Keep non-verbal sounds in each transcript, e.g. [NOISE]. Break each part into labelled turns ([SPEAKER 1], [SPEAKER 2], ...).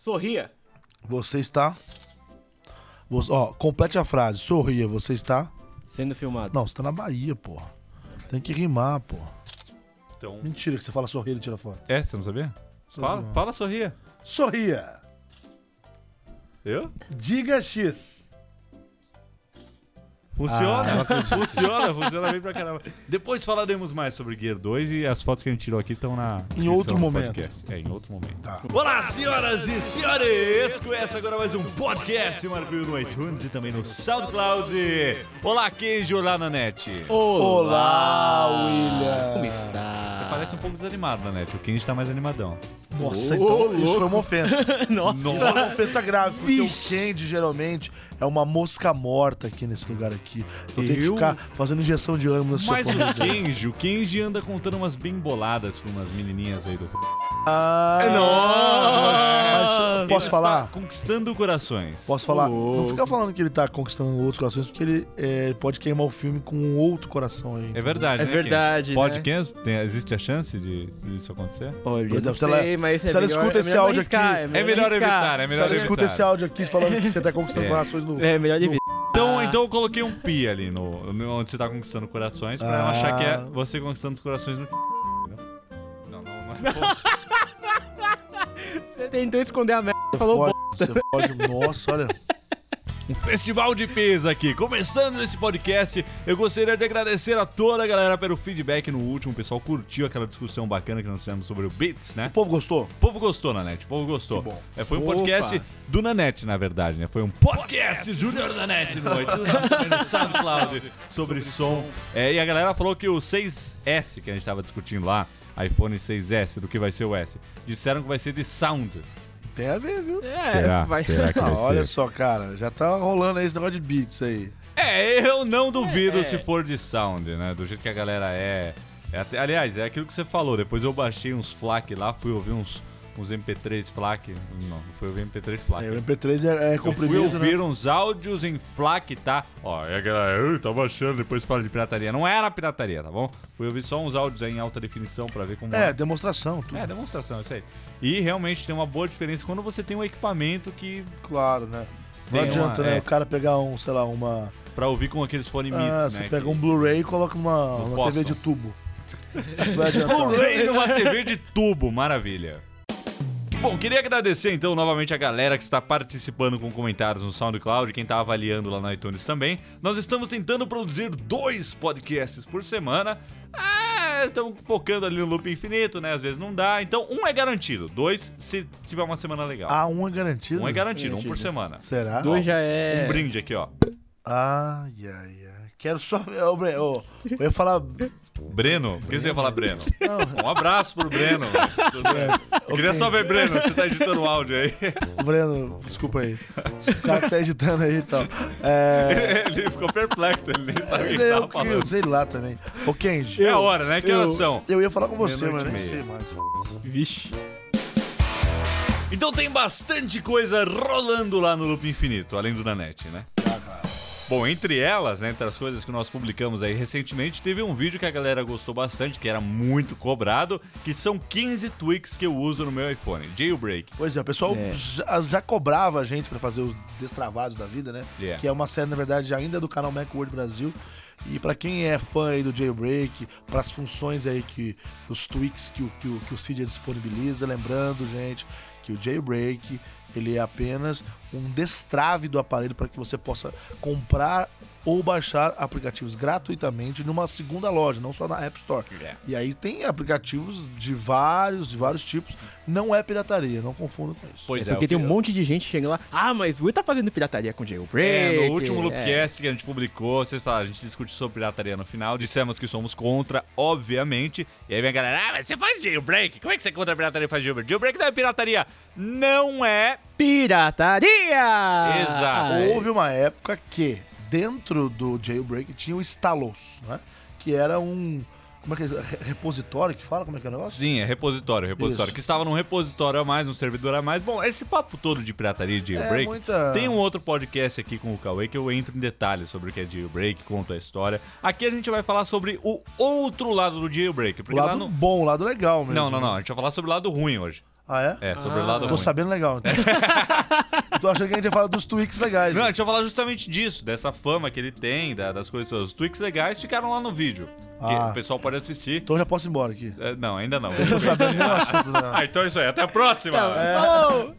[SPEAKER 1] Sorria.
[SPEAKER 2] Você está. Você- ó, complete a frase. Sorria, você está.
[SPEAKER 3] Sendo filmado.
[SPEAKER 2] Não, você tá na Bahia, porra. Tem que rimar, porra.
[SPEAKER 4] Então.
[SPEAKER 2] Mentira que você fala sorria e tira foto.
[SPEAKER 4] É, você não sabia?
[SPEAKER 2] Só
[SPEAKER 4] Fala,
[SPEAKER 2] zoando.
[SPEAKER 4] fala, sorria.
[SPEAKER 2] Sorria.
[SPEAKER 4] Eu?
[SPEAKER 2] Diga X. Ah,
[SPEAKER 4] Funciona,
[SPEAKER 2] não acredito.
[SPEAKER 4] funciona, funciona bem pra caramba. Depois falaremos mais sobre Gear 2 e as fotos que a gente tirou aqui estão na descrição
[SPEAKER 2] outro
[SPEAKER 4] do
[SPEAKER 2] momento.
[SPEAKER 4] podcast. É, em outro momento.
[SPEAKER 2] Tá.
[SPEAKER 4] Olá, senhoras e senhores! Começa agora mais um podcast, um arquivo no iTunes e também no SoundCloud. Olá, queijo, olá na net.
[SPEAKER 1] Olá,
[SPEAKER 2] William.
[SPEAKER 1] Como está?
[SPEAKER 4] Você parece um pouco desanimado na net, o Kenji tá mais animadão.
[SPEAKER 2] Nossa,
[SPEAKER 1] Ô,
[SPEAKER 2] então isso
[SPEAKER 1] louco.
[SPEAKER 2] foi uma [LAUGHS] ofensa.
[SPEAKER 1] [LAUGHS] Nossa.
[SPEAKER 2] Uma ofensa grave, porque o Candy geralmente é uma mosca morta aqui nesse lugar aqui. Eu, tenho que
[SPEAKER 4] Eu?
[SPEAKER 2] ficar fazendo injeção de ânimo no seu
[SPEAKER 4] Mas o
[SPEAKER 2] corpo.
[SPEAKER 4] Kenji, o Kenji anda contando umas bem boladas pra umas menininhas aí do...
[SPEAKER 2] Ah,
[SPEAKER 1] Nossa.
[SPEAKER 2] mas posso
[SPEAKER 4] Ele
[SPEAKER 2] falar?
[SPEAKER 4] está conquistando corações.
[SPEAKER 2] Posso falar?
[SPEAKER 1] Ô.
[SPEAKER 2] Não fica falando que ele tá conquistando outros corações, porque ele é, pode queimar o filme com um outro coração aí.
[SPEAKER 4] É verdade,
[SPEAKER 1] É
[SPEAKER 4] né,
[SPEAKER 1] verdade,
[SPEAKER 4] Kenji?
[SPEAKER 1] né?
[SPEAKER 4] Pode, Kenji? Tem- existe a chance de, de isso acontecer?
[SPEAKER 1] Olha,
[SPEAKER 2] Por exemplo,
[SPEAKER 1] não
[SPEAKER 2] se
[SPEAKER 1] sei,
[SPEAKER 2] ela-
[SPEAKER 1] mas
[SPEAKER 2] se
[SPEAKER 1] é
[SPEAKER 2] ela
[SPEAKER 1] melhor-
[SPEAKER 2] escuta
[SPEAKER 1] é
[SPEAKER 2] esse
[SPEAKER 1] melhor
[SPEAKER 2] áudio aqui-
[SPEAKER 1] arriscar,
[SPEAKER 4] É melhor
[SPEAKER 1] arriscar.
[SPEAKER 4] evitar, é
[SPEAKER 2] Se
[SPEAKER 4] melhor
[SPEAKER 2] ela
[SPEAKER 4] evitar.
[SPEAKER 2] escuta esse áudio aqui falando que você tá conquistando
[SPEAKER 4] [LAUGHS] É.
[SPEAKER 2] corações no.
[SPEAKER 1] É melhor evitar.
[SPEAKER 4] Então,
[SPEAKER 1] Ah.
[SPEAKER 4] então eu coloquei um pi ali no, no- onde você tá conquistando corações pra não
[SPEAKER 2] Ah.
[SPEAKER 4] achar que é você conquistando os corações no. [LAUGHS] Não, não, não. é
[SPEAKER 1] Você tentou esconder a merda.
[SPEAKER 2] Você
[SPEAKER 1] falou
[SPEAKER 2] fode, você fode. Nossa, olha.
[SPEAKER 4] Um festival de pis aqui. Começando esse podcast, eu gostaria de agradecer a toda a galera pelo feedback no último. O pessoal curtiu aquela discussão bacana que nós fizemos sobre o Beats, né?
[SPEAKER 2] O povo gostou?
[SPEAKER 4] O povo gostou, Nanete. O povo gostou.
[SPEAKER 2] Que bom.
[SPEAKER 4] É, foi um
[SPEAKER 1] Opa.
[SPEAKER 4] podcast do Nanete, na verdade, né? Foi um podcast Júnior Nanete no iTunes, também no SoundCloud, sobre, som. É, e a galera falou que o 6S que a gente tava discutindo lá, iPhone 6S, do que vai ser o S, disseram que vai ser de sound.
[SPEAKER 2] Tem a ver,
[SPEAKER 4] [LAUGHS]
[SPEAKER 2] viu?
[SPEAKER 1] É, vai.
[SPEAKER 4] que
[SPEAKER 2] Ah, olha só, cara, já tá rolando aí esse negócio de beats aí.
[SPEAKER 4] É, eu não duvido
[SPEAKER 1] É.
[SPEAKER 4] se for de sound, né? Do jeito que a galera é. É até- aliás, é aquilo que você falou. Depois eu baixei uns FLAC lá, fui ouvir uns, uns MP3 FLAC. Não, não fui ouvir MP3 FLAC.
[SPEAKER 2] É, o MP3 é, é
[SPEAKER 4] Eu Ah, fui
[SPEAKER 2] comprimido,
[SPEAKER 4] ouvir
[SPEAKER 2] né?
[SPEAKER 4] uns áudios em FLAC, tá? Ó, é galera, tá baixando, depois fala de pirataria. Não era pirataria, tá bom? Fui ouvir só uns áudios aí em alta definição pra ver como
[SPEAKER 2] É, demonstração, tudo.
[SPEAKER 4] É, demonstração, isso aí. E realmente tem uma boa diferença quando você tem um equipamento que.
[SPEAKER 2] Claro, né? Não
[SPEAKER 4] Tem
[SPEAKER 2] adianta,
[SPEAKER 4] uma-
[SPEAKER 2] né?
[SPEAKER 4] é.
[SPEAKER 2] O cara pegar um, sei lá, uma.
[SPEAKER 4] pra ouvir com aqueles fone mids,
[SPEAKER 2] Ah,
[SPEAKER 4] né?
[SPEAKER 2] você pega
[SPEAKER 4] que-
[SPEAKER 2] um Blu-ray e coloca numa,
[SPEAKER 4] No
[SPEAKER 2] uma TV
[SPEAKER 4] fósforo.
[SPEAKER 2] de tubo. Não
[SPEAKER 4] [LAUGHS]
[SPEAKER 2] vai adiantar.
[SPEAKER 4] Blu-ray numa TV de tubo, maravilha. Bom, queria agradecer então novamente a galera que está participando com comentários no SoundCloud, quem está avaliando lá no iTunes também. Nós estamos tentando produzir dois podcasts por semana. Ah, estamos focando ali no loop infinito, né? Às vezes não dá. Então, um é garantido, dois se tiver uma semana legal.
[SPEAKER 2] Ah, um é garantido?
[SPEAKER 4] um é garantido, um por semana.
[SPEAKER 2] Será?
[SPEAKER 1] [LAUGHS] Dois já é.
[SPEAKER 4] Um brinde aqui, ó.
[SPEAKER 2] Ai, ai, ai. Quero só. Ô, Bre- ô, eu ia falar.
[SPEAKER 4] Breno, por que você ia falar Breno? Um abraço pro Breno. mas tudo bem.
[SPEAKER 2] ô,
[SPEAKER 4] Queria só
[SPEAKER 2] Kenji,
[SPEAKER 4] ver, Breno, que você tá editando o áudio aí.
[SPEAKER 2] Breno, desculpa aí. O cara que tá editando aí e tal. É.
[SPEAKER 4] [LAUGHS] ele ficou perplexo, ele nem sabia o que
[SPEAKER 2] Eu
[SPEAKER 4] tava
[SPEAKER 2] que
[SPEAKER 4] falando.
[SPEAKER 2] sei lá também. Ô, Kenji.
[SPEAKER 4] é a hora, né? Que horas são?
[SPEAKER 2] Eu ia falar com você, mas
[SPEAKER 4] Meia-noite e
[SPEAKER 2] nem sei
[SPEAKER 4] meia.
[SPEAKER 2] mais.
[SPEAKER 1] Vixe.
[SPEAKER 4] Então tem bastante coisa rolando lá no Loop Infinito, além do Nanete, né? Bom, entre elas, né, entre as coisas que nós publicamos aí recentemente, teve um vídeo que a galera gostou bastante, que era muito cobrado, que são 15 tweaks que eu uso no meu iPhone. Jailbreak.
[SPEAKER 2] Pois é, o pessoal
[SPEAKER 1] É.
[SPEAKER 2] Já, já cobrava a gente pra fazer os destravados da vida, né?
[SPEAKER 4] É.
[SPEAKER 2] Que é uma série, na verdade, ainda do canal Macworld Brasil. E pra quem é fã aí do Jailbreak, pras funções aí que dos tweaks que o que o, que o Cydia disponibiliza, lembrando, gente, que o Jailbreak ele é apenas um destrave do aparelho para que você possa comprar ou baixar aplicativos gratuitamente numa segunda loja, não só na App Store.
[SPEAKER 4] É.
[SPEAKER 2] E aí tem aplicativos de vários, de vários tipos. Não é pirataria, não confunda com isso.
[SPEAKER 4] Pois é,
[SPEAKER 1] Porque
[SPEAKER 4] eu
[SPEAKER 1] tem um
[SPEAKER 4] fiz-
[SPEAKER 1] monte de gente chegando lá. Ah, mas o Will tá fazendo pirataria com jailbreak.
[SPEAKER 4] É, no último
[SPEAKER 1] é.
[SPEAKER 4] Loopcast que a gente publicou, vocês falaram, a gente discutiu sobre pirataria no final, dissemos que somos contra, obviamente. E aí vem a galera, ah, mas você faz jailbreak? Como é que você é contra a pirataria e faz jailbreak? Jailbreak não é pirataria. Não é.
[SPEAKER 1] Pirataria!
[SPEAKER 4] Exato.
[SPEAKER 1] Ai.
[SPEAKER 2] Houve uma época que, dentro do jailbreak, tinha o Stalos, né? Que era um. Como é que é? Re- Repositório que fala? Como é que é o negócio?
[SPEAKER 4] Sim, é repositório, repositório.
[SPEAKER 2] Isso.
[SPEAKER 4] Que estava num repositório a mais, num servidor a mais. Bom, esse papo todo de pirataria e jailbreak.
[SPEAKER 2] É muita.
[SPEAKER 4] Tem um outro podcast aqui com o Cauê que eu entro em detalhes sobre o que é jailbreak, conto a história. Aqui a gente vai falar sobre o outro lado do jailbreak.
[SPEAKER 2] O
[SPEAKER 4] Porque lá
[SPEAKER 2] lado
[SPEAKER 4] no.
[SPEAKER 2] bom, o lado legal mesmo. né?
[SPEAKER 4] Não, não, não. A gente vai falar sobre o lado ruim hoje.
[SPEAKER 2] Ah, é?
[SPEAKER 4] É, sobre o lado
[SPEAKER 1] Ah.
[SPEAKER 2] Tô
[SPEAKER 4] ruim.
[SPEAKER 2] sabendo legal,
[SPEAKER 4] [LAUGHS]
[SPEAKER 2] então. Eu tô achando que a gente ia falar dos tweaks legais.
[SPEAKER 4] Não, a gente vai falar justamente disso, dessa fama que ele tem, da- das coisas todas. Os tweaks legais ficaram lá no vídeo. Que
[SPEAKER 2] Ah.
[SPEAKER 4] o pessoal pode assistir.
[SPEAKER 2] Então eu já posso ir embora aqui.
[SPEAKER 4] É, não, ainda não.
[SPEAKER 2] Não
[SPEAKER 4] [LAUGHS]
[SPEAKER 2] sabendo nem o assunto, né? É.
[SPEAKER 4] ah, então é isso aí. Até a próxima!
[SPEAKER 1] Falou!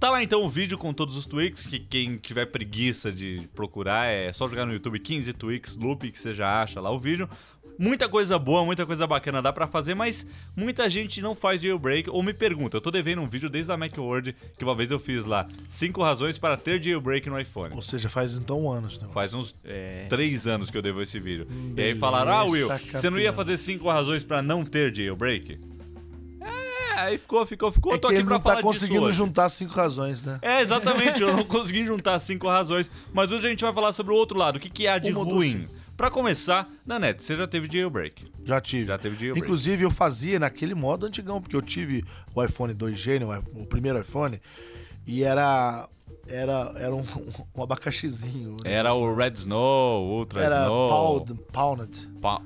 [SPEAKER 4] Tá lá então o vídeo com todos os tweaks, que quem tiver preguiça de procurar é só jogar no YouTube 15 tweaks, loop, que você já acha lá o vídeo. Muita coisa boa, muita coisa bacana dá pra fazer, mas muita gente não faz jailbreak ou me pergunta. Eu tô devendo um vídeo desde a Macworld que uma vez eu fiz lá. cinco razões para ter jailbreak no iPhone.
[SPEAKER 2] Ou seja, faz então um ano esse negócio.
[SPEAKER 4] Faz uns
[SPEAKER 1] É.
[SPEAKER 4] três anos que eu devo esse vídeo. e aí
[SPEAKER 2] Hum, beleza,
[SPEAKER 4] falaram, ah, Will, você não ia
[SPEAKER 2] campeão."
[SPEAKER 4] fazer cinco razões pra não ter jailbreak? É, aí ficou, ficou, ficou.
[SPEAKER 2] É
[SPEAKER 4] eu tô
[SPEAKER 2] que
[SPEAKER 4] aqui
[SPEAKER 2] ele
[SPEAKER 4] pra
[SPEAKER 2] não
[SPEAKER 4] falar
[SPEAKER 2] tá
[SPEAKER 4] disso
[SPEAKER 2] conseguindo
[SPEAKER 4] hoje.
[SPEAKER 2] juntar cinco razões, né?
[SPEAKER 4] É, exatamente, eu não [LAUGHS] consegui juntar cinco razões, mas hoje a gente vai falar sobre o outro lado, o que, que há de
[SPEAKER 2] Uma ou
[SPEAKER 4] ruim. Pra começar, Nanete, você já teve jailbreak.
[SPEAKER 2] Já tive.
[SPEAKER 4] Já teve jailbreak.
[SPEAKER 2] Inclusive, eu fazia naquele modo antigão, porque eu tive o iPhone 2G, né, o i- o primeiro iPhone, e era. Era, era um, [LAUGHS] um abacaxizinho. né?
[SPEAKER 4] Era o Red Snow, Ultra
[SPEAKER 2] Era
[SPEAKER 4] Snow.
[SPEAKER 2] pound, pounded.
[SPEAKER 4] pa-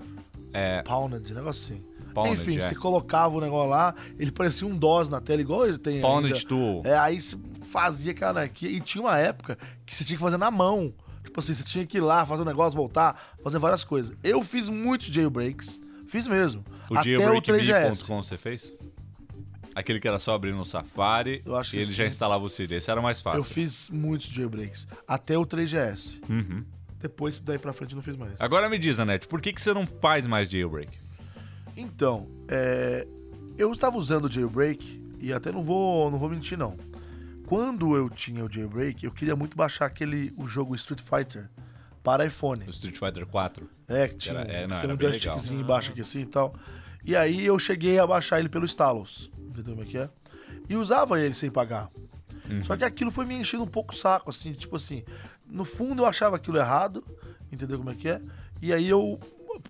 [SPEAKER 4] é,
[SPEAKER 2] Pounded, negócio assim.
[SPEAKER 4] Pounded,
[SPEAKER 2] Enfim,
[SPEAKER 4] é.
[SPEAKER 2] você colocava o negócio lá, ele parecia um DOS na tela, igual ele tem.
[SPEAKER 4] Pounded
[SPEAKER 2] ainda.
[SPEAKER 4] Tool.
[SPEAKER 2] É, aí você fazia aquela anarquia. E tinha uma época que você tinha que fazer na mão. Tipo assim, você tinha que ir lá, fazer um negócio, voltar, fazer várias coisas. Eu fiz muitos jailbreaks. Fiz mesmo.
[SPEAKER 4] O
[SPEAKER 2] até o
[SPEAKER 4] jailbreak
[SPEAKER 2] 3GS.
[SPEAKER 4] Big.com você fez? Aquele que era só abrir no Safari
[SPEAKER 2] Eu acho que
[SPEAKER 4] e ele
[SPEAKER 2] sim.
[SPEAKER 4] já instalava o CD. Esse era o mais fácil.
[SPEAKER 2] Eu fiz muitos jailbreaks. Até o 3GS.
[SPEAKER 4] Uhum.
[SPEAKER 2] Depois, daí pra frente, eu não fiz mais.
[SPEAKER 4] Agora me diz, Nanete, por que, que você não faz mais jailbreak?
[SPEAKER 2] Então, é, eu estava usando o jailbreak e até não vou, não vou mentir não. Quando eu tinha o jailbreak, eu queria muito baixar aquele o jogo Street Fighter para iPhone.
[SPEAKER 4] No Street Fighter 4?
[SPEAKER 2] É, que tinha
[SPEAKER 4] Era- é,
[SPEAKER 2] que
[SPEAKER 4] não,
[SPEAKER 2] tem
[SPEAKER 4] era
[SPEAKER 2] um
[SPEAKER 4] bem
[SPEAKER 2] joystickzinho embaixo aqui assim e tal. E aí eu cheguei a baixar ele pelo Stalos. Entendeu como é que é? E usava ele sem pagar.
[SPEAKER 4] Uhum.
[SPEAKER 2] Só que aquilo foi me enchendo um pouco o saco, assim, tipo assim. No fundo eu achava aquilo errado, entendeu como é que é? E aí eu,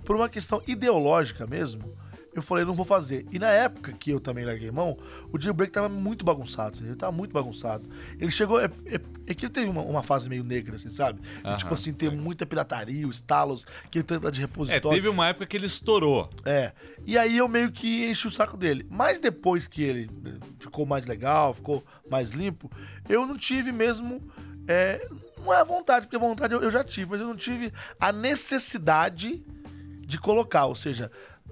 [SPEAKER 2] por uma questão ideológica mesmo, eu falei, não vou fazer. E na época que eu também larguei mão, o jailbreak tava muito bagunçado, entendeu? Ele tava muito bagunçado. Ele chegou. É, é, é que ele teve uma, uma fase meio negra, assim, sabe? E,
[SPEAKER 4] Aham,
[SPEAKER 2] tipo assim, tem muita pirataria, os talos, que ele tenta de
[SPEAKER 4] É,
[SPEAKER 2] repositório.
[SPEAKER 4] teve uma época que ele estourou.
[SPEAKER 2] É. E aí eu meio que enchi o saco dele. Mas depois que ele eh, ficou mais legal, ficou mais limpo, eu não tive mesmo. eh, não é a vontade, porque a vontade eu, eu já tive, mas eu não tive a necessidade de colocar. Ou seja,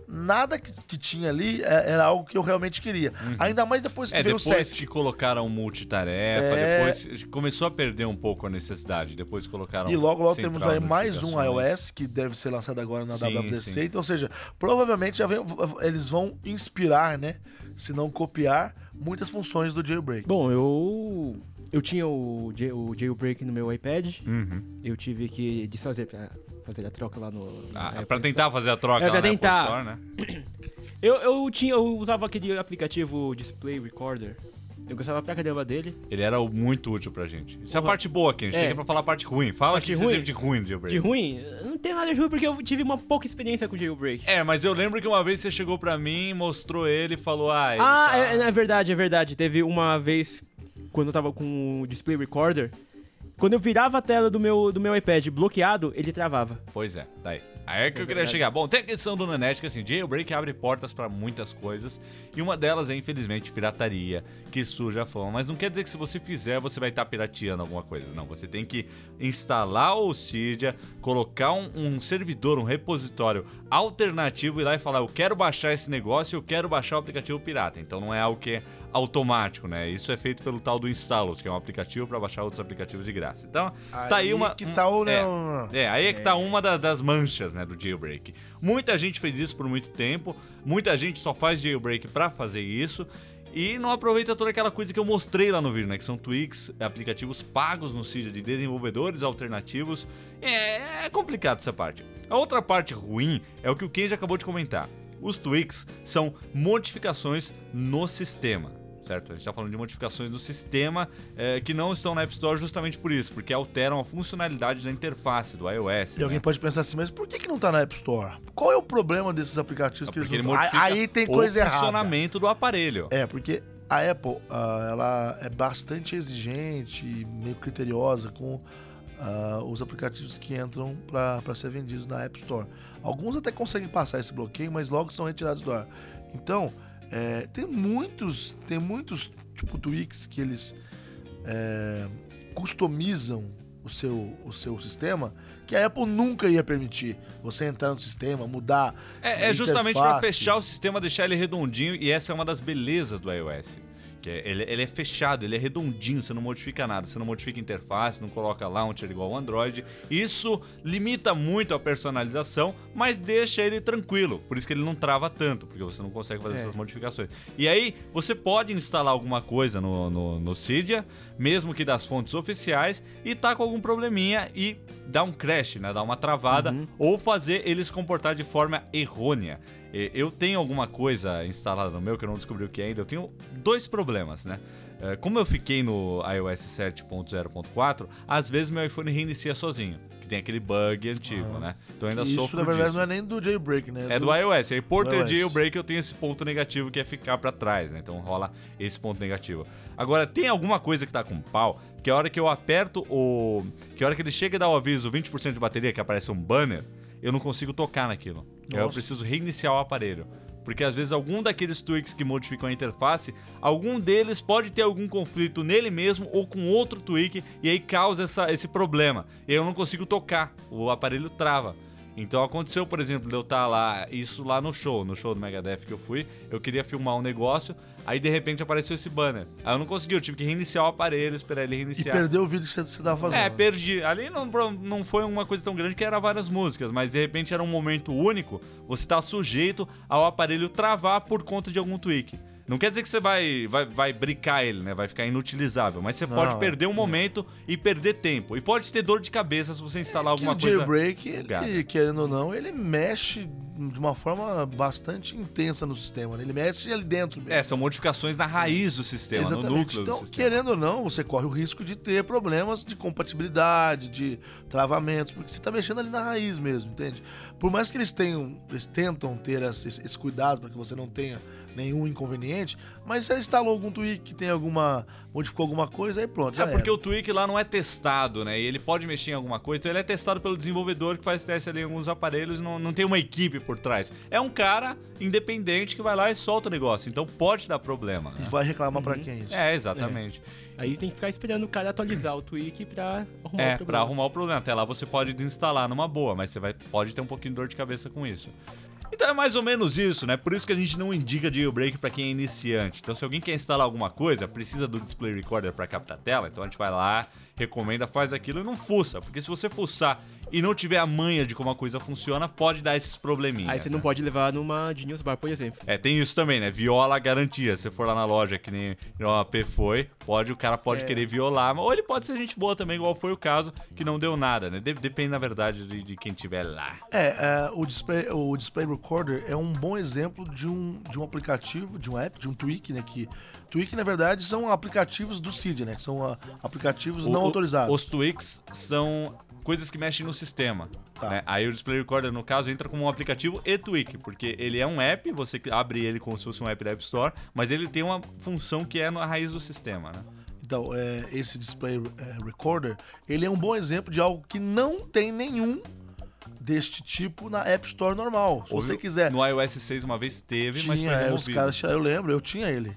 [SPEAKER 2] nada que, que tinha ali eh, era algo que eu realmente queria. Ainda mais depois que
[SPEAKER 4] É,
[SPEAKER 2] veio o
[SPEAKER 4] depois
[SPEAKER 2] 7.
[SPEAKER 4] que colocaram multitarefa,
[SPEAKER 2] um É.
[SPEAKER 4] depois começou a perder um pouco a necessidade, depois colocaram
[SPEAKER 2] E logo, logo
[SPEAKER 4] central
[SPEAKER 2] temos aí mais um
[SPEAKER 4] notificações.
[SPEAKER 2] iOS que deve ser lançado agora na
[SPEAKER 4] é Sim,
[SPEAKER 2] WWDC.
[SPEAKER 4] sim.
[SPEAKER 2] Então, ou seja, provavelmente já vem- eles vão inspirar, né? Se não copiar, muitas funções do jailbreak.
[SPEAKER 1] Bom, eu. Eu tinha o, J- o jailbreak no meu iPad.
[SPEAKER 4] Uhum.
[SPEAKER 1] Eu tive que desfazer pra fazer a troca lá no. na
[SPEAKER 4] Ah,
[SPEAKER 1] Apple
[SPEAKER 4] pra tentar fazer a troca
[SPEAKER 1] É,
[SPEAKER 4] lá
[SPEAKER 1] pra
[SPEAKER 4] na Apple
[SPEAKER 1] tentar.
[SPEAKER 4] Store, né?
[SPEAKER 1] Eu, eu, tinha, eu usava aquele aplicativo Display Recorder. Eu gostava pra caramba dele.
[SPEAKER 4] Ele era muito útil pra gente. Isso é a
[SPEAKER 1] Porra.
[SPEAKER 4] parte boa aqui, a gente
[SPEAKER 1] É.
[SPEAKER 4] chega pra falar a parte ruim. Fala
[SPEAKER 1] Parte
[SPEAKER 4] que você
[SPEAKER 1] ruim?
[SPEAKER 4] teve de ruim, Jailbreak.
[SPEAKER 1] De ruim, eu não tem nada de ruim porque eu tive uma pouca experiência com jailbreak.
[SPEAKER 4] É, mas eu lembro que uma vez você chegou pra mim, mostrou ele e falou, ah, ele
[SPEAKER 1] ah,
[SPEAKER 4] tá-
[SPEAKER 1] é, é verdade, é verdade. Teve uma vez, quando eu tava com o Display Recorder, quando eu virava a tela do meu, do meu iPad bloqueado, ele travava.
[SPEAKER 4] Pois é, daí. Aí é que eu queria
[SPEAKER 1] verdade.
[SPEAKER 4] chegar. Bom, tem a questão do Nanete, que assim, jailbreak abre portas pra muitas coisas, e uma delas é, infelizmente, pirataria, que suja a fama. Mas não quer dizer que se você fizer, você vai estar pirateando alguma coisa. Não, você tem que instalar o Cydia, colocar um, um servidor, um repositório alternativo, e lá e falar, eu quero baixar esse negócio, eu quero baixar o aplicativo pirata. Então não é algo que é automático, né? Isso é feito pelo tal do Instalos, que é um aplicativo pra baixar outros aplicativos de graça. Então, tá aí uma...
[SPEAKER 2] que tal, né?
[SPEAKER 4] é.
[SPEAKER 2] um-
[SPEAKER 4] É, aí é que tá uma da- das manchas, né, do jailbreak. Muita gente fez isso por muito tempo, muita gente só faz jailbreak pra fazer isso e não aproveita toda aquela coisa que eu mostrei lá no vídeo, né, que são tweaks, aplicativos pagos no Cydia de desenvolvedores alternativos. É, é complicado essa parte. A outra parte ruim é o que o Ken já acabou de comentar. Os tweaks são modificações no sistema. Certo? A gente tá falando de modificações no sistema é, que não estão na App Store justamente por isso, porque alteram a funcionalidade da interface do iOS.
[SPEAKER 2] E alguém
[SPEAKER 4] né?
[SPEAKER 2] pode pensar assim, mas por que, que não tá na App Store? Qual é o problema desses aplicativos que eles
[SPEAKER 4] Porque ele
[SPEAKER 2] não tão-
[SPEAKER 4] modifica
[SPEAKER 2] Aí, aí tem
[SPEAKER 4] o
[SPEAKER 2] coisa errada.
[SPEAKER 4] funcionamento do aparelho.
[SPEAKER 2] É, porque a Apple, ah, ela é bastante exigente e meio criteriosa com ah, os aplicativos que entram para ser vendidos na App Store. Alguns até conseguem passar esse bloqueio, mas logo são retirados do ar. Então, É, tem muitos, tem muitos tipo tweaks que eles é, customizam o seu, o seu sistema que a Apple nunca ia permitir. Você entrar no sistema, mudar.
[SPEAKER 4] É, é justamente para
[SPEAKER 2] interface.
[SPEAKER 4] fechar o sistema, deixar ele redondinho, e essa é uma das belezas do iOS. Que é- ele, ele é fechado, ele é redondinho, você não modifica nada, você não modifica a interface, não coloca launcher igual ao Android. Isso limita muito a personalização, mas deixa ele tranquilo. Por isso que ele não trava tanto, porque você não consegue fazer
[SPEAKER 2] É.
[SPEAKER 4] essas modificações. E aí, você pode instalar alguma coisa no, no, no Cydia, mesmo que das fontes oficiais, e tá com algum probleminha e dá um crash, né? Dá uma travada,
[SPEAKER 2] Uhum.
[SPEAKER 4] ou fazer eles comportar de forma errônea. E- Eu tenho alguma coisa instalada no meu que eu não descobri o que é ainda. Eu tenho dois problemas, né? É, Como eu fiquei no iOS 7.0.4, às vezes meu iPhone reinicia sozinho, que tem aquele bug antigo, né? Então eu ainda
[SPEAKER 2] Ah, Isso,
[SPEAKER 4] sofro
[SPEAKER 2] na verdade,
[SPEAKER 4] disso.
[SPEAKER 2] não é nem do jailbreak, né?
[SPEAKER 4] É do iOS. Aí por
[SPEAKER 2] do
[SPEAKER 4] ter
[SPEAKER 2] iOS.
[SPEAKER 4] jailbreak eu tenho esse ponto negativo que é ficar pra trás, né? Então rola esse ponto negativo. Agora, tem alguma coisa que tá com pau, que a hora que eu aperto o... Que a hora que ele chega e dá o aviso 20% de bateria, que aparece um banner, eu não consigo tocar naquilo. Eu
[SPEAKER 2] Nossa.
[SPEAKER 4] preciso reiniciar o aparelho. Porque às vezes algum daqueles tweaks que modificam a interface, algum deles pode ter algum conflito nele mesmo ou com outro tweak e aí causa essa- esse problema. E eu não consigo tocar, o aparelho trava. Então aconteceu, por exemplo, de eu estar lá, isso lá no show, no show do Megadeth que eu fui, eu queria filmar um negócio, aí de repente apareceu esse banner. Aí eu não consegui, eu tive que reiniciar o aparelho, esperar ele
[SPEAKER 2] E
[SPEAKER 4] reiniciar.
[SPEAKER 2] perdeu o vídeo que você estava fazendo.
[SPEAKER 4] É, perdi. Ali não, pro- não foi uma coisa tão grande que era várias músicas, mas de repente era um momento único, você tá sujeito ao aparelho travar por conta de algum tweak. Não quer dizer que você vai, vai, vai brincar ele, né? Vai ficar inutilizável, mas você
[SPEAKER 2] Não,
[SPEAKER 4] pode
[SPEAKER 2] é-
[SPEAKER 4] perder um momento e perder tempo. E pode ter dor de cabeça se você instalar
[SPEAKER 2] que
[SPEAKER 4] alguma
[SPEAKER 2] o
[SPEAKER 4] coisa.
[SPEAKER 2] jailbreak, ele,
[SPEAKER 4] bugada.
[SPEAKER 2] querendo ou não, ele mexe de uma forma bastante intensa no sistema. Né? Ele mexe ali dentro mesmo.
[SPEAKER 4] É, são modificações na raiz do sistema, no núcleo
[SPEAKER 2] então,
[SPEAKER 4] do sistema.
[SPEAKER 2] querendo ou não, você corre o risco de ter problemas de compatibilidade, de travamentos, porque você está mexendo ali na raiz mesmo, entende? Por mais que eles tenham, eles tentam ter esse, esse cuidado para que você não tenha nenhum inconveniente, mas se instalou algum tweak que tem alguma. modificou alguma coisa, aí pronto. Já
[SPEAKER 4] É porque
[SPEAKER 2] era.
[SPEAKER 4] o tweak lá não é testado, né? E ele pode mexer em alguma coisa, então ele é testado pelo desenvolvedor que faz teste ali em alguns aparelhos, não, não tem uma equipe por trás. É um cara independente que vai lá e solta o negócio, então pode dar problema.
[SPEAKER 2] E
[SPEAKER 4] Né?
[SPEAKER 2] vai reclamar pra para quem isso?
[SPEAKER 4] É, exatamente.
[SPEAKER 1] Aí tem que ficar esperando o cara atualizar o tweak pra arrumar
[SPEAKER 4] É,
[SPEAKER 1] o problema.
[SPEAKER 4] pra arrumar o problema. Até lá você pode desinstalar numa boa, mas você vai, pode ter um pouquinho de dor de cabeça com isso. Então é mais ou menos isso, né? Por isso que a gente não indica jailbreak pra quem é iniciante. Então se alguém quer instalar alguma coisa, precisa do display recorder pra captar a tela, então a gente vai lá, recomenda, faz aquilo e não fuça, porque se você fuçar e não tiver a manha de como a coisa funciona, pode dar esses probleminhas.
[SPEAKER 1] Aí você não
[SPEAKER 4] né?
[SPEAKER 1] pode levar numa de news bar, por exemplo.
[SPEAKER 4] É, tem isso também, né? Viola a garantia. Se você for lá na loja, que nem o AP foi, pode, o cara pode querer violar. Ou ele pode ser gente boa também, igual foi o caso, que não deu nada, né? De- depende, na verdade, de, de quem tiver lá.
[SPEAKER 2] É, é, o, display, o Display Recorder é um bom exemplo de um, de um aplicativo, de um app, de um tweak, né? Que, tweak, na verdade, são aplicativos do CID, né? que São ah, aplicativos não
[SPEAKER 4] O- o-
[SPEAKER 2] autorizados.
[SPEAKER 4] Os tweaks são coisas que mexem no sistema.
[SPEAKER 2] Tá.
[SPEAKER 4] né? Aí o Display Recorder, no caso, entra como um aplicativo e tweak, porque ele é um app, você abre ele como se fosse um app da App Store, mas ele tem uma função que é na raiz do sistema, né?
[SPEAKER 2] Então, é, esse Display é, Recorder, ele é um bom exemplo de algo que não tem nenhum deste tipo na App Store normal. Se
[SPEAKER 4] Houve-
[SPEAKER 2] você quiser,
[SPEAKER 4] No iOS 6 uma vez teve, mas foi
[SPEAKER 2] tinha, é, os
[SPEAKER 4] removido.
[SPEAKER 2] caras tiraram, eu lembro, eu tinha ele.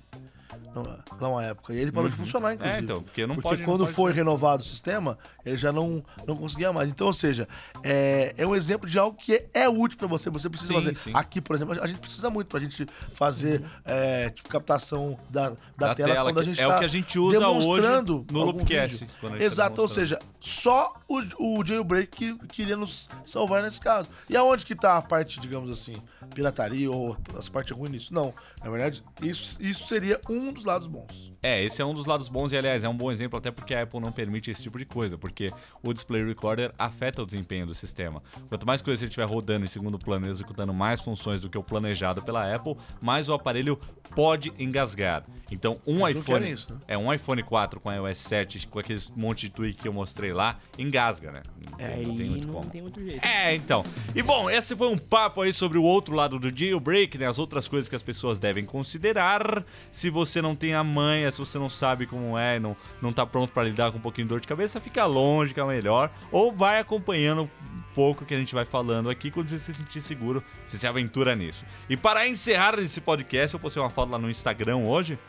[SPEAKER 2] Não, lá uma época. E ele parou de funcionar, inclusive.
[SPEAKER 4] É, então, porque não
[SPEAKER 2] Porque
[SPEAKER 4] pode... não
[SPEAKER 2] quando
[SPEAKER 4] pode
[SPEAKER 2] foi renovado o sistema, ele já não, não conseguia mais. Então, ou seja, é, é um exemplo de algo que é, é útil para você. Você precisa
[SPEAKER 4] Sim,
[SPEAKER 2] fazer.
[SPEAKER 4] sim.
[SPEAKER 2] Aqui, por exemplo, a gente precisa muito pra gente fazer é, tipo, captação da, da,
[SPEAKER 4] Da
[SPEAKER 2] tela,
[SPEAKER 4] tela,
[SPEAKER 2] quando a
[SPEAKER 4] que
[SPEAKER 2] gente
[SPEAKER 4] é o
[SPEAKER 2] tá
[SPEAKER 4] que a gente usa hoje
[SPEAKER 2] demonstrando
[SPEAKER 4] no
[SPEAKER 2] algum
[SPEAKER 4] Loopcast,
[SPEAKER 2] vídeo.
[SPEAKER 4] quando a gente tá
[SPEAKER 2] Exato, ou
[SPEAKER 4] demonstrando.
[SPEAKER 2] seja, só o, o jailbreak que queria nos salvar nesse caso. E aonde que tá a parte, digamos assim, pirataria ou as partes ruins nisso? Não. Na verdade, isso, isso seria um dos lados bons.
[SPEAKER 4] É, esse é um dos lados bons e, aliás, é um bom exemplo até porque a Apple não permite esse tipo de coisa, porque o Display Recorder afeta o desempenho do sistema. Quanto mais coisa você estiver rodando em segundo plano e executando mais funções do que o planejado pela Apple, mais o aparelho pode engasgar. Então, um
[SPEAKER 2] Eles não
[SPEAKER 4] iPhone...
[SPEAKER 2] querem isso, né?
[SPEAKER 4] É, um iPhone 4 com iOS 7, com aqueles monte de tweak que eu mostrei lá, engasga, né? Não tem,
[SPEAKER 1] É,
[SPEAKER 4] não tem
[SPEAKER 1] e
[SPEAKER 4] muito
[SPEAKER 1] não
[SPEAKER 4] como.
[SPEAKER 1] tem outro jeito.
[SPEAKER 4] É, então. E bom, esse foi um papo aí sobre o outro lado do jailbreak, né? As outras coisas que as pessoas devem considerar. Se você não tem a manha, se você não sabe como é, não, não tá pronto pra lidar com um pouquinho de dor de cabeça, fica longe, que é melhor. Ou vai acompanhando pouco que a gente vai falando aqui. Quando você se sentir seguro, você se aventura nisso. E para encerrar esse podcast, eu postei uma foto lá no Instagram hoje.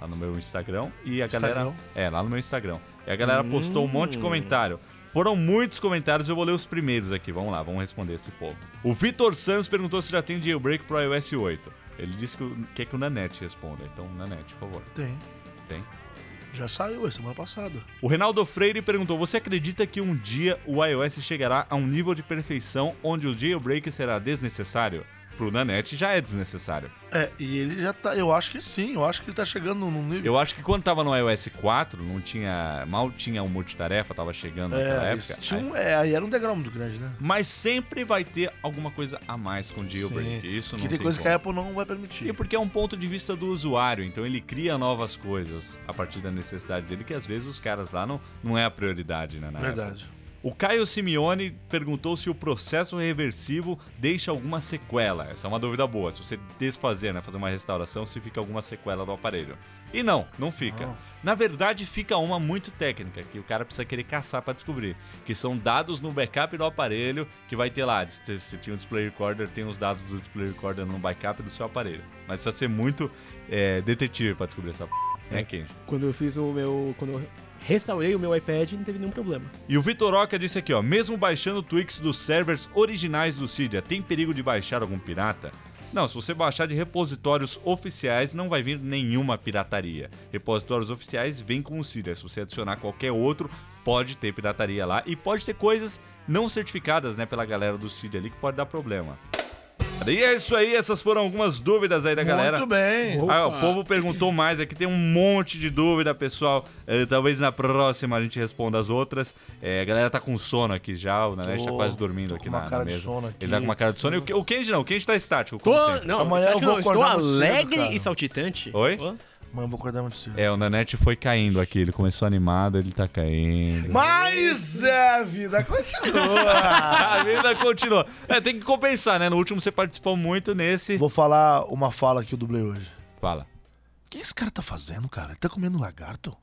[SPEAKER 4] Lá no meu Instagram. E a galera.
[SPEAKER 2] Instagram?
[SPEAKER 4] É, lá no meu Instagram. E a galera postou um monte de
[SPEAKER 1] Hum.
[SPEAKER 4] comentário. Foram muitos comentários, eu vou ler os primeiros aqui. Vamos lá, vamos responder esse povo. O Vitor Sanz perguntou se já tem jailbreak pro iOS 8. Ele disse que o- quer que o Nanete responda. Então, Nanete, por favor.
[SPEAKER 2] Tem.
[SPEAKER 4] Tem.
[SPEAKER 2] Já saiu, é semana passada.
[SPEAKER 4] O Reinaldo Freire perguntou: Você acredita que um dia o iOS chegará a um nível de perfeição onde o jailbreak será desnecessário? Pro Nanete já é desnecessário.
[SPEAKER 2] É, e ele já tá. Eu acho que sim, eu acho que ele tá chegando num nível.
[SPEAKER 4] Eu acho que quando tava no iOS 4, não tinha. mal tinha um multitarefa, tava chegando naquela
[SPEAKER 2] é,
[SPEAKER 4] época.
[SPEAKER 2] tinha um- é, aí era um degrau muito grande, né?
[SPEAKER 4] Mas sempre vai ter alguma coisa a mais com o jailbreak.
[SPEAKER 2] Sim.
[SPEAKER 4] Isso não
[SPEAKER 2] que tem,
[SPEAKER 4] tem
[SPEAKER 2] coisa que
[SPEAKER 4] como.
[SPEAKER 2] a Apple não vai permitir.
[SPEAKER 4] E porque é um ponto de vista do usuário, então ele cria novas coisas a partir da necessidade dele, que às vezes os caras lá não, não é a prioridade, né? na época.
[SPEAKER 2] Verdade.
[SPEAKER 4] O Caio Simeone perguntou se o processo reversivo deixa alguma sequela. Essa é uma dúvida boa. Se você desfazer, né, fazer uma restauração, se fica alguma sequela do aparelho. E não, não fica.
[SPEAKER 2] Não.
[SPEAKER 4] Na verdade, fica uma muito técnica, que o cara precisa querer caçar pra descobrir. Que são dados no backup do aparelho, que vai ter lá, se se tinha um display recorder, tem os dados do display recorder no backup do seu aparelho. Mas precisa ser muito é, detetive pra descobrir essa p... né,
[SPEAKER 1] É.
[SPEAKER 4] Kenji?
[SPEAKER 1] Quando eu fiz o meu. Quando eu restaurei o meu iPad, não teve nenhum problema.
[SPEAKER 4] E o Vitor Oca disse aqui, ó, mesmo baixando tweaks dos servers originais do Cydia, tem perigo de baixar algum pirata? Não, se você baixar de repositórios oficiais, não vai vir nenhuma pirataria. Repositórios oficiais vêm com o Cydia. Se você adicionar qualquer outro, pode ter pirataria lá e pode ter coisas não certificadas, né, pela galera do Cydia ali que pode dar problema. E é isso aí, essas foram algumas dúvidas aí da É, galera.
[SPEAKER 2] Muito bem.
[SPEAKER 1] Opa.
[SPEAKER 4] Ah, o povo perguntou mais aqui, tem um monte de dúvida, pessoal. Eh, talvez na próxima a gente responda as outras. Eh, a galera tá com sono aqui já, o Nanete tá
[SPEAKER 2] Tô-
[SPEAKER 4] quase dormindo
[SPEAKER 2] tô
[SPEAKER 4] aqui
[SPEAKER 2] com
[SPEAKER 4] na,
[SPEAKER 2] uma cara
[SPEAKER 4] na
[SPEAKER 2] de
[SPEAKER 4] mesa.
[SPEAKER 2] sono aqui.
[SPEAKER 4] Ele tá com uma cara de sono. E o, Ke- o Kenji não, o Kenji tá estático, como
[SPEAKER 1] Tô,
[SPEAKER 4] sempre.
[SPEAKER 1] não,
[SPEAKER 2] Então, Amanhã eu
[SPEAKER 1] sabe que
[SPEAKER 2] vou
[SPEAKER 1] não, estou
[SPEAKER 2] acordar muito cedo,
[SPEAKER 1] alegre
[SPEAKER 2] cara.
[SPEAKER 1] e saltitante.
[SPEAKER 4] Oi?
[SPEAKER 1] Ó.
[SPEAKER 2] Mano, eu vou acordar muito cedo.
[SPEAKER 4] É, o Nanete foi caindo aqui, ele começou animado, ele tá caindo.
[SPEAKER 2] Mas é, a vida continua.
[SPEAKER 4] [LAUGHS] A vida continua. É, tem que compensar, né? No último você participou muito, nesse.
[SPEAKER 2] Vou falar uma fala que eu dublei hoje.
[SPEAKER 4] Fala.
[SPEAKER 2] O que esse cara tá fazendo, cara? Ele tá comendo lagarto?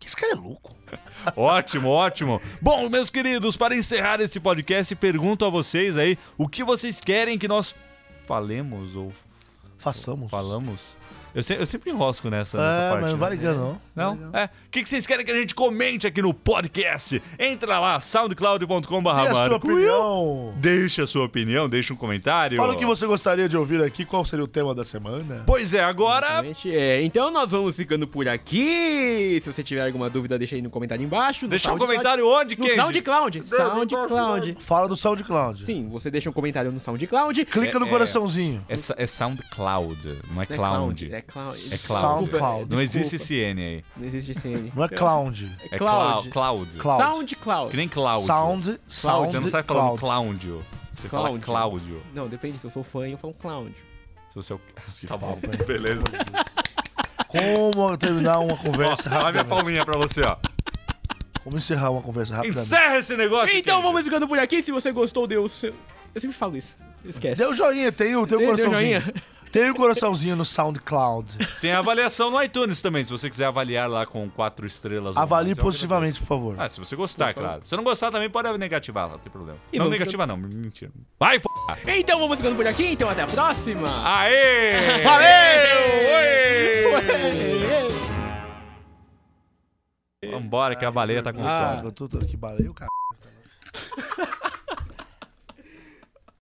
[SPEAKER 2] Que esse cara é louco.
[SPEAKER 4] Ótimo, ótimo. Bom, meus queridos, para encerrar esse podcast, pergunto a vocês aí o que vocês querem que nós falemos ou
[SPEAKER 2] Façamos.
[SPEAKER 4] Falamos? Eu, se- eu sempre enrosco nessa, nessa
[SPEAKER 2] É,
[SPEAKER 4] parte.
[SPEAKER 2] mas não
[SPEAKER 4] né?
[SPEAKER 2] vai ligando, não.
[SPEAKER 4] Não? É. O que, que vocês querem que a gente comente aqui no podcast? Entra lá, soundcloud.com.br.
[SPEAKER 2] E a sua opinião?
[SPEAKER 4] Deixa a sua opinião, deixa um comentário.
[SPEAKER 2] Fala o que você gostaria de ouvir aqui, qual seria o tema da semana.
[SPEAKER 4] Pois é, agora.
[SPEAKER 1] Exatamente, é. Então nós vamos ficando por aqui. Se você tiver alguma dúvida, deixa aí no comentário embaixo. no
[SPEAKER 4] Deixa um
[SPEAKER 1] SoundCloud-
[SPEAKER 4] comentário onde,
[SPEAKER 1] No
[SPEAKER 4] Kenji?
[SPEAKER 1] SoundCloud.
[SPEAKER 4] um
[SPEAKER 1] SoundCloud.
[SPEAKER 2] Fala do SoundCloud.
[SPEAKER 1] Sim, você deixa um comentário no SoundCloud.
[SPEAKER 2] Clica no
[SPEAKER 4] É, é.
[SPEAKER 2] coraçãozinho.
[SPEAKER 4] É, sa- é SoundCloud, não é
[SPEAKER 1] Não
[SPEAKER 4] Cloud.
[SPEAKER 1] É Cloud.
[SPEAKER 4] É Cloud.
[SPEAKER 2] SoundCloud.
[SPEAKER 4] Não existe esse N aí.
[SPEAKER 1] Não existe esse N.
[SPEAKER 2] Não é cloud.
[SPEAKER 4] É
[SPEAKER 1] É
[SPEAKER 4] clau-
[SPEAKER 1] Cloud.
[SPEAKER 4] Cloud.
[SPEAKER 2] Cloud.
[SPEAKER 4] Que
[SPEAKER 1] SoundCloud.
[SPEAKER 4] nem Cláudio.
[SPEAKER 2] Sound, sound,
[SPEAKER 4] Você não sai falando
[SPEAKER 2] cloud.
[SPEAKER 4] Cláudio. Você fala
[SPEAKER 1] Cláudio.
[SPEAKER 4] Cláudio.
[SPEAKER 1] Não, depende. Se eu sou fã, eu falo Cloud.
[SPEAKER 4] Se você é o...
[SPEAKER 2] Que
[SPEAKER 4] Tá bom,
[SPEAKER 2] papo, hein?
[SPEAKER 4] beleza.
[SPEAKER 2] Como terminar uma conversa
[SPEAKER 4] Ó, Olha minha
[SPEAKER 2] rápida?
[SPEAKER 4] palminha pra você, ó.
[SPEAKER 2] Como encerrar uma conversa rápida?
[SPEAKER 4] Encerra esse negócio.
[SPEAKER 1] Então
[SPEAKER 4] Kenji.
[SPEAKER 1] vamos ficando por aqui. Se você gostou, deu o seu... Eu sempre falo isso. Esquece.
[SPEAKER 2] Deu joinha, tem o, tem
[SPEAKER 1] Deu-
[SPEAKER 2] o
[SPEAKER 1] deu
[SPEAKER 2] coraçãozinho.
[SPEAKER 1] joinha?
[SPEAKER 2] Tem o coraçãozinho no SoundCloud.
[SPEAKER 4] Tem a avaliação no iTunes também, se você quiser avaliar lá com quatro estrelas. ou
[SPEAKER 2] Avalie
[SPEAKER 4] mais, é eu
[SPEAKER 2] positivamente, por
[SPEAKER 4] agradeço.
[SPEAKER 2] favor.
[SPEAKER 4] Ah, se você gostar, claro. Se não gostar também, pode negativar, não tem problema.
[SPEAKER 1] E
[SPEAKER 4] não
[SPEAKER 1] vamos-
[SPEAKER 4] negativar, não, mentira. Vai, p.
[SPEAKER 1] Então vamos ficando por aqui. Então até a próxima.
[SPEAKER 4] Aê! Valeu!
[SPEAKER 1] Ué. é,
[SPEAKER 4] Oi! Vambora, que a baleia tá com
[SPEAKER 2] Ah,
[SPEAKER 4] sono.
[SPEAKER 2] eu tô- tô- Que baleia, o cara.